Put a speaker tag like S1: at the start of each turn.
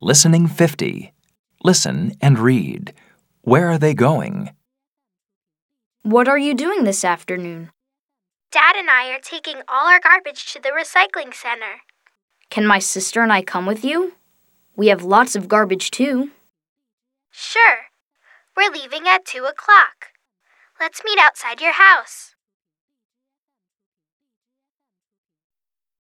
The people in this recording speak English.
S1: Listening 50. Listen and read. Where are they going?
S2: What are you doing this afternoon?
S3: Dad and I are taking all our garbage to the recycling center.
S2: Can my sister and I come with you? We have lots of garbage too.
S3: Sure. We're leaving at 2 o'clock. Let's meet outside your house.